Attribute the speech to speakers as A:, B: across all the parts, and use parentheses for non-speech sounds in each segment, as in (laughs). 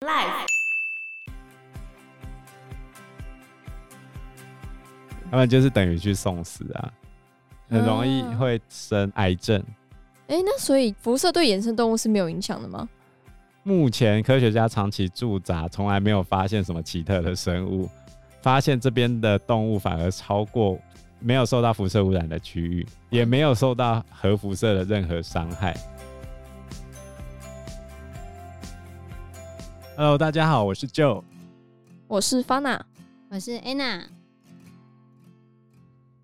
A: Life，
B: 他们就是等于去送死啊，很容易
C: 啊
B: 会生癌症。
C: 哎、那所以辐射对野生动物是没有影响的吗？
B: 目前科学家长期驻扎，从来没有发现什么奇特的生物，发现这边的动物反而超过没有受到辐射污染的区域，也没有受到核辐射的任何伤害。Hello，大家好，我是 Joe。
C: 我是 Fana，
A: 我是 Anna。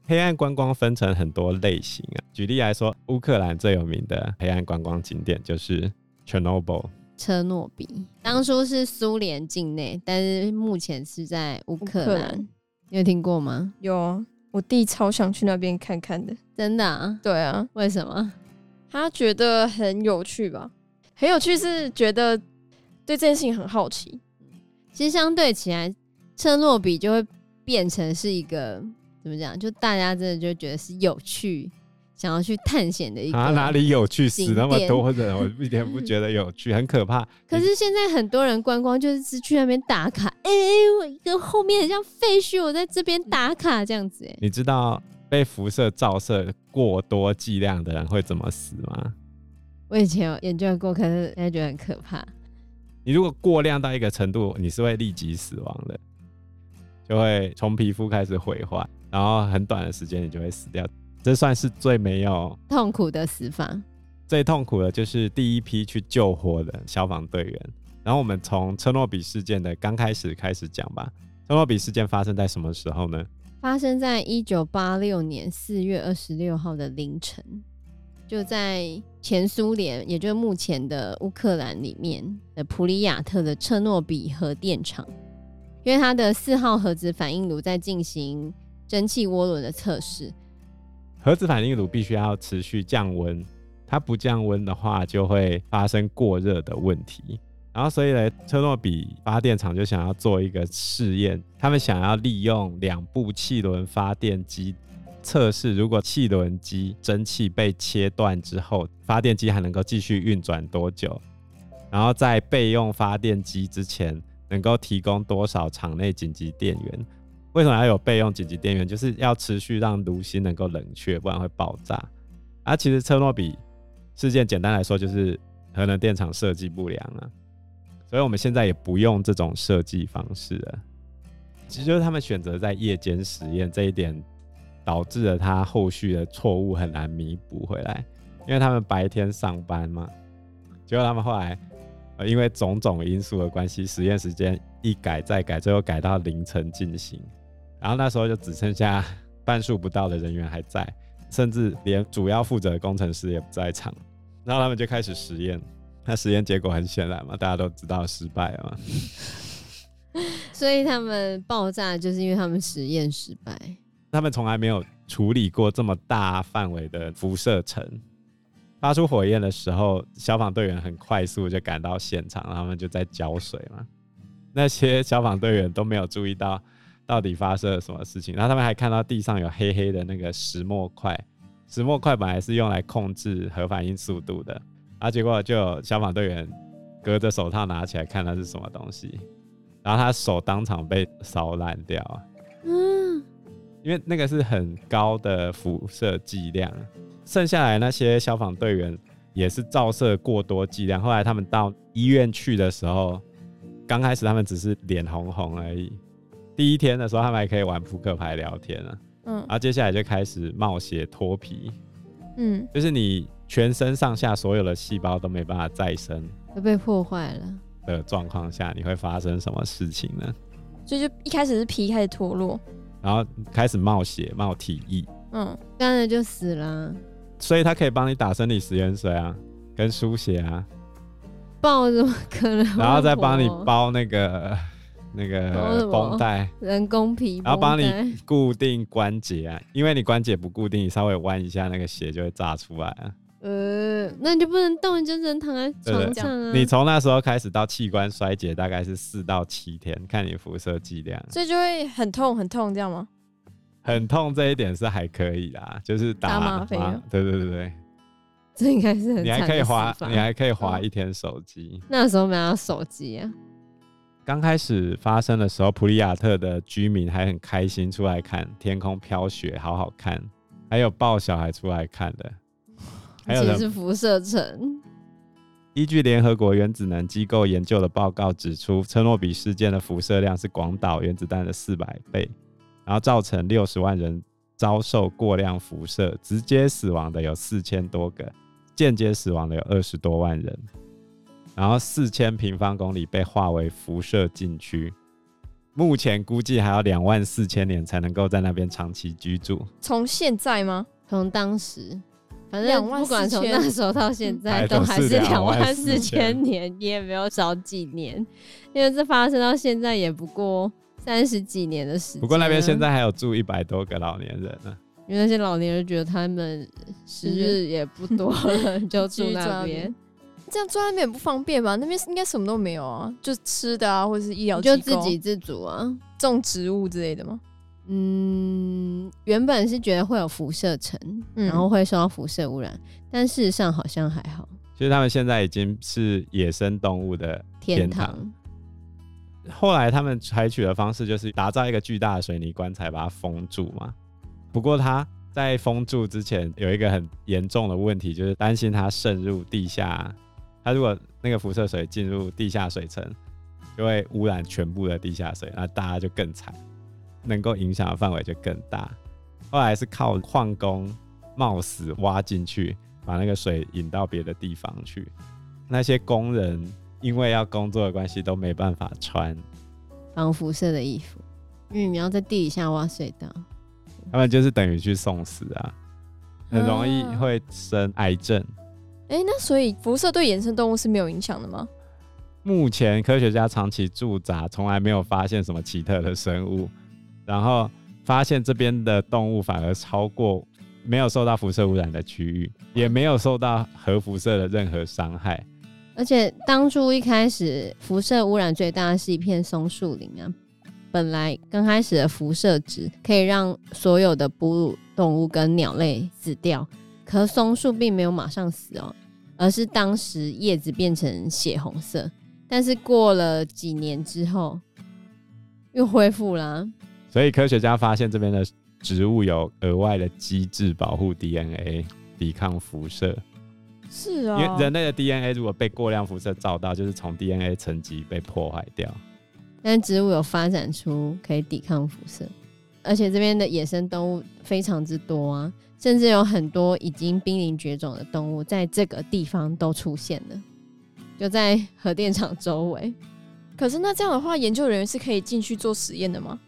B: 黑暗观光分成很多类型啊，举例来说，乌克兰最有名的黑暗观光景点就是 Chernobyl。
A: 车诺比当初是苏联境内，但是目前是在乌克
C: 乌克
A: 兰
C: 兰。
A: 你有听过吗？
C: 有啊我弟超想去那边看看的。
A: 真的、啊？
C: 对啊，
A: 为什么？
C: 他觉得很有趣吧？很有趣是觉得对这件事情很好奇。
A: 其实相对起来，车诺比就会变成是一个怎么讲？就大家真的就觉得是有趣，想要去探险的一个。
B: 啊，哪？里有趣？死
A: 景
B: 那么
A: 点
B: 多人，我一点不觉得有趣，很可怕。
A: 可是现在很多人观光就是只去那边打卡，哎、欸，我一个后面很像废墟，我在这边打卡这样子、欸，
B: 你知道被辐射照射过多剂量的人会怎么死吗？
A: 我以前有研究过，可是现在觉得很可怕。
B: 你如果过量到一个程度，你是会立即死亡的，就会从皮肤开始毁坏，然后很短的时间你就会死掉。这算是最没有、
A: 痛苦的死法。
B: 最痛苦的，就是第一批去救火的消防队员。然后我们从车诺比事件的刚开始开始讲吧。车诺比事件发生在什么时候呢？
A: 发生在一九八六年四月二十六号的凌晨，就在前苏联，也就是目前的乌克兰里面的普里亚特的车诺比核电厂，因为它的四号核子反应炉在进行蒸汽涡轮的测试，
B: 核子反应炉必须要持续降温，它不降温的话就会发生过热的问题。然后所以呢，车诺比发电厂就想要做一个试验，他们想要利用两部汽轮发电机测试，如果汽轮机蒸汽被切断之后，发电机还能够继续运转多久，然后在备用发电机之前能够提供多少场内紧急电源。为什么要有备用紧急电源？就是要持续让炉心能够冷却，不然会爆炸。啊，其实车诺比事件简单来说就是核能电厂设计不良啊，所以我们现在也不用这种设计方式了。其实就是他们选择在夜间实验这一点，导致了他后续的错误很难弥补回来，因为他们白天上班嘛，结果他们后来。呃因为种种因素的关系，实验时间一改再改，最后改到凌晨进行。然后那时候就只剩下半数不到的人员还在，甚至连主要负责的工程师也不在场。然后他们就开始实验，那实验结果很显然嘛，大家都知道失败了嘛。
A: 所以他们爆炸就是因为他们实验失败。
B: 他们从来没有处理过这么大范围的辐射层。发出火焰的时候，消防队员很快速就赶到现场，他们就在浇水嘛。那些消防队员都没有注意到到底发生了什么事情，然后他们还看到地上有黑黑的那个石墨块，石墨块本来是用来控制核反应速度的，啊，结果就有消防队员隔着手套拿起来看那是什么东西，然后他手当场被烧烂掉啊。
A: 嗯，
B: 因为那个是很高的辐射剂量，剩下来那些消防队员也是照射过多剂量。后来他们到医院去的时候，刚开始他们只是脸红红而已。第一天的时候，他们还可以玩扑克牌聊天啊，
C: 嗯
B: 然后接下来就开始冒血脱皮，
C: 嗯，
B: 就是你全身上下所有的细胞都没办法再生
A: 都被破坏了。
B: 的状况下，你会发生什么事情呢？
C: 所以就一开始是皮开始脱落，
B: 然后开始冒血、冒体液，
C: 嗯，
A: 当然就死了。
B: 所以它可以帮你打生理食盐水啊，跟输血啊，
A: (laughs) 爆怎么可能会活？
B: 然后再帮你包那个 (laughs) 那
A: 包什
B: 个
A: 么
B: 绷带，
A: 人工皮绷带，
B: 然后帮你固定关节啊，因为你关节不固定，你稍微弯一下，那个血就会炸出来啊。
A: 呃，那你就不能动，你就只能躺在床上啊。
B: 你从那时候开始到器官衰竭，大概是四到七天，看你辐射剂
A: (laughs)
B: 量，
C: 所以就会很痛很痛，这样吗？
B: 很痛这一点是还可以啦，就是打
C: 打吗啡啊
B: 对对对对，
A: (laughs) 这应该是很
B: 你还
A: 惨
B: 可以
A: 的嗯
B: 滑
A: 死，法
B: 你还可以滑一天手机，
A: 那时候没有手机啊，
B: 刚开始发生的时候，普里亚特的居民还很开心出来看天空飘雪，好好看，还有抱小孩出来看的，还有
A: 而且
B: 人
A: 是辐射城，
B: 依据联合国原子能机构研究的报告指出，车诺比事件的辐射量是广岛原子弹的四百倍，然后造成六十万人遭受过量辐射，直接死亡的有四千多个，间接死亡的有二十多万人，然后四千平方公里被划为辐射禁区。目前估计还要两万四千年才能够在那边长期居住，
C: 从现在吗？
A: 从当时，反正
C: 24,000
A: 不管从那时候到现在，
B: 还
A: 都
B: 都
A: 还
B: 是
A: 是两万四
B: 24,000
A: 千年，你也没有少几年，因为这发生到现在也不过三十几年的时间。啊
B: 不过那边现，在还有住一百多个老年人呢。
A: 因为那些老年人觉得他们时日也不多了，就住那边，
C: 这样住那边也不方便吧？那边应该什么都没有啊，就吃的啊，或者是医疗机
A: 就
C: 构，
A: 自给自足啊。
C: 种植物之类的吗？
A: 嗯，原本是觉得会有辐射层，
C: 嗯
A: 然后会受到辐射污染，但事实上好像还好。
B: 其实他们现在已经是野生动物的
A: 天
B: 天堂后来他们采取的方式就是打造一个巨大的水泥棺材把它封住嘛。不过他在封住之前有一个很严重的问题，就是担心它渗入地下。它如果那个辐射水进入地下水层，就会污染全部的地下水，那大家就更惨，能够影响的范围就更大。后来是靠矿工冒死挖进去，把那个水引到别的地方去。那些工人因为要工作的关系都没办法穿，
A: 防辐射的衣服，因为你要在地底下挖隧道。
B: 他们就是等于去送死啊，很容易
C: 啊
B: 会生癌症。
C: 哎、那所以辐射对野生动物是没有影响的吗？
B: 目前科学家长期驻扎，从来没有发现什么奇特的生物，然后发现这边的动物反而超过没有受到辐射污染的区域，也没有受到核辐射的任何伤害。
A: 而且当初一开始辐射污染最大的是一片松树林啊，本来刚开始的辐射值可以让所有的哺乳动物跟鸟类死掉，可松树并没有马上死哦，而是当时叶子变成血红色，但是过了几年之后又恢复啦、啊
B: 所以科学家发现这边的植物有额外的机制保护 DNA，抵抗辐射。
C: 是啊
B: 因为人类的 DNA 如果被过量辐射照到，就是从 DNA 层级被破坏掉。
A: 但植物有发展出可以抵抗辐射，而且这边的野生动物非常之多啊，甚至有很多已经濒临绝种的动物在这个地方都出现了，就在核电厂周围。
C: 可是那这样的话，研究人员是可以进去做实验的吗？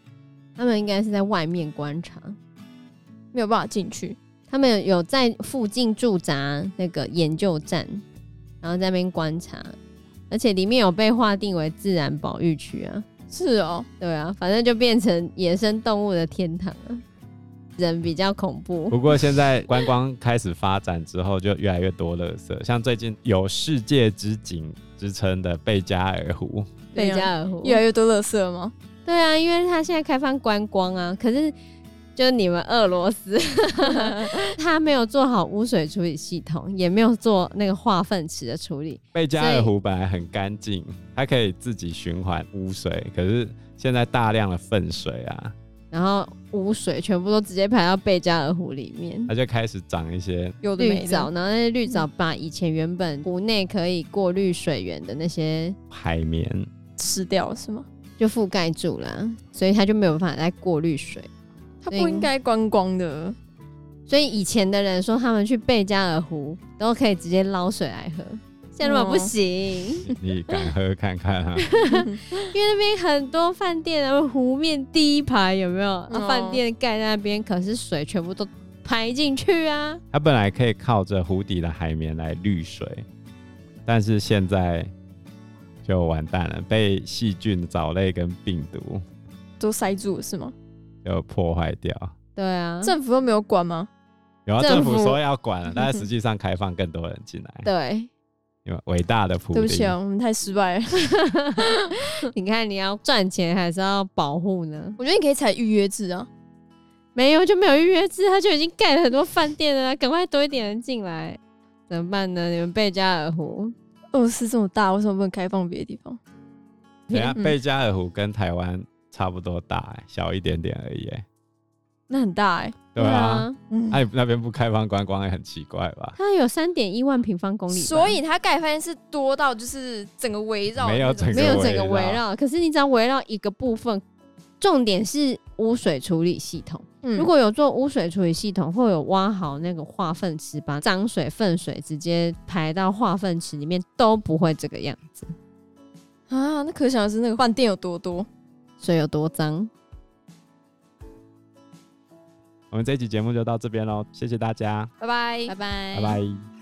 A: 他们应该是在外面观察，
C: 没有办法进去。
A: 他们有在附近驻扎那个研究站，然后在那边观察，而且里面有被划定为自然保育区啊。
C: 是哦，
A: 对啊，反正就变成野生动物的天堂啊，人比较恐怖。
B: 不过现在观光开始发展之后，就越来越多垃圾，像最近有“世界之景”之称的贝加尔湖，
A: 贝加尔湖，
C: 越来越多垃圾了吗？
A: 啊对啊，因为它现在开放观光啊，可是就你们俄罗斯，
C: (laughs)
A: 它没有做好污水处理系统，也没有做那个化粪池的处理，
B: 贝加尔
A: 所以
B: 湖本来很干净，它可以自己循环污水，可是现在大量的粪水啊，
A: 然后污水全部都直接排到贝加尔湖里面。
B: 它就开始长一些
C: 有的
A: 绿
C: 没
A: 藻，
C: 的。
A: 然后那些绿藻把以前原本湖内可以过滤水源的那些
B: 海绵。
C: 吃掉了是吗？
A: 就覆盖住了啊，所以它就没有办法再过滤水。
C: 它
A: 对
C: 不应该观光的，
A: 所以以前的人说他们去贝加尔湖都可以直接捞水来喝，现在我
C: 哦
A: 不行。
B: 你敢喝看看啊？
A: 因为那边很多饭店，然后湖面第一排有没有？啊
C: 嗯
A: 饭、店盖在那边，可是水全部都排进去啊！
B: 它本来可以靠着湖底的海绵来滤水，但是现在就完蛋了，被细菌、藻类跟病毒
C: 都塞住了是吗？
B: 就破坏掉。
A: 对啊，
C: 政府都没有管吗？
B: 然后政
A: 政府
B: 府说要管了，但是实际上开放更多人进来。
A: 对，
B: 因为伟大的普
C: 对不起
B: 丁，
C: 啊，我们太失败了。
A: 你看你要赚钱还是要保护呢？
C: (laughs) 我觉得你可以采预约制啊，
A: 没有就没有预约制，他就已经盖了很多饭店了啊，赶快多一点人进来，怎么办呢？你们贝加尔湖
C: 哦俄罗斯这么大，为什么不能开放别的地方？
B: 等一下
C: 嗯
A: 片，
B: 贝加尔湖跟台湾差不多大、欸，小一点点而已、欸，
C: 那很大哎、
B: 对啊，，
C: 嗯，
B: 哎、那边不开放观光也很奇怪吧？
A: 它有三点一万平方公里吧，
C: 所以它盖饭店是多到就是整个围绕那种，
B: 没有整
A: 没有
B: 围
A: 整个围绕，可是你只要围绕一个部分，重点是污水处理系统。
C: 嗯
A: 如果有做污水处理系统，会有挖好那个化粪池，把脏水、粪水直接排到化粪池里面，都不会这个样子。
C: 啊，那可想而知那个饭店有多多。
A: 水有多脏？
B: 我们这一期节目就到这边喽，谢谢大家，
C: 拜拜
A: 拜拜，
B: 拜拜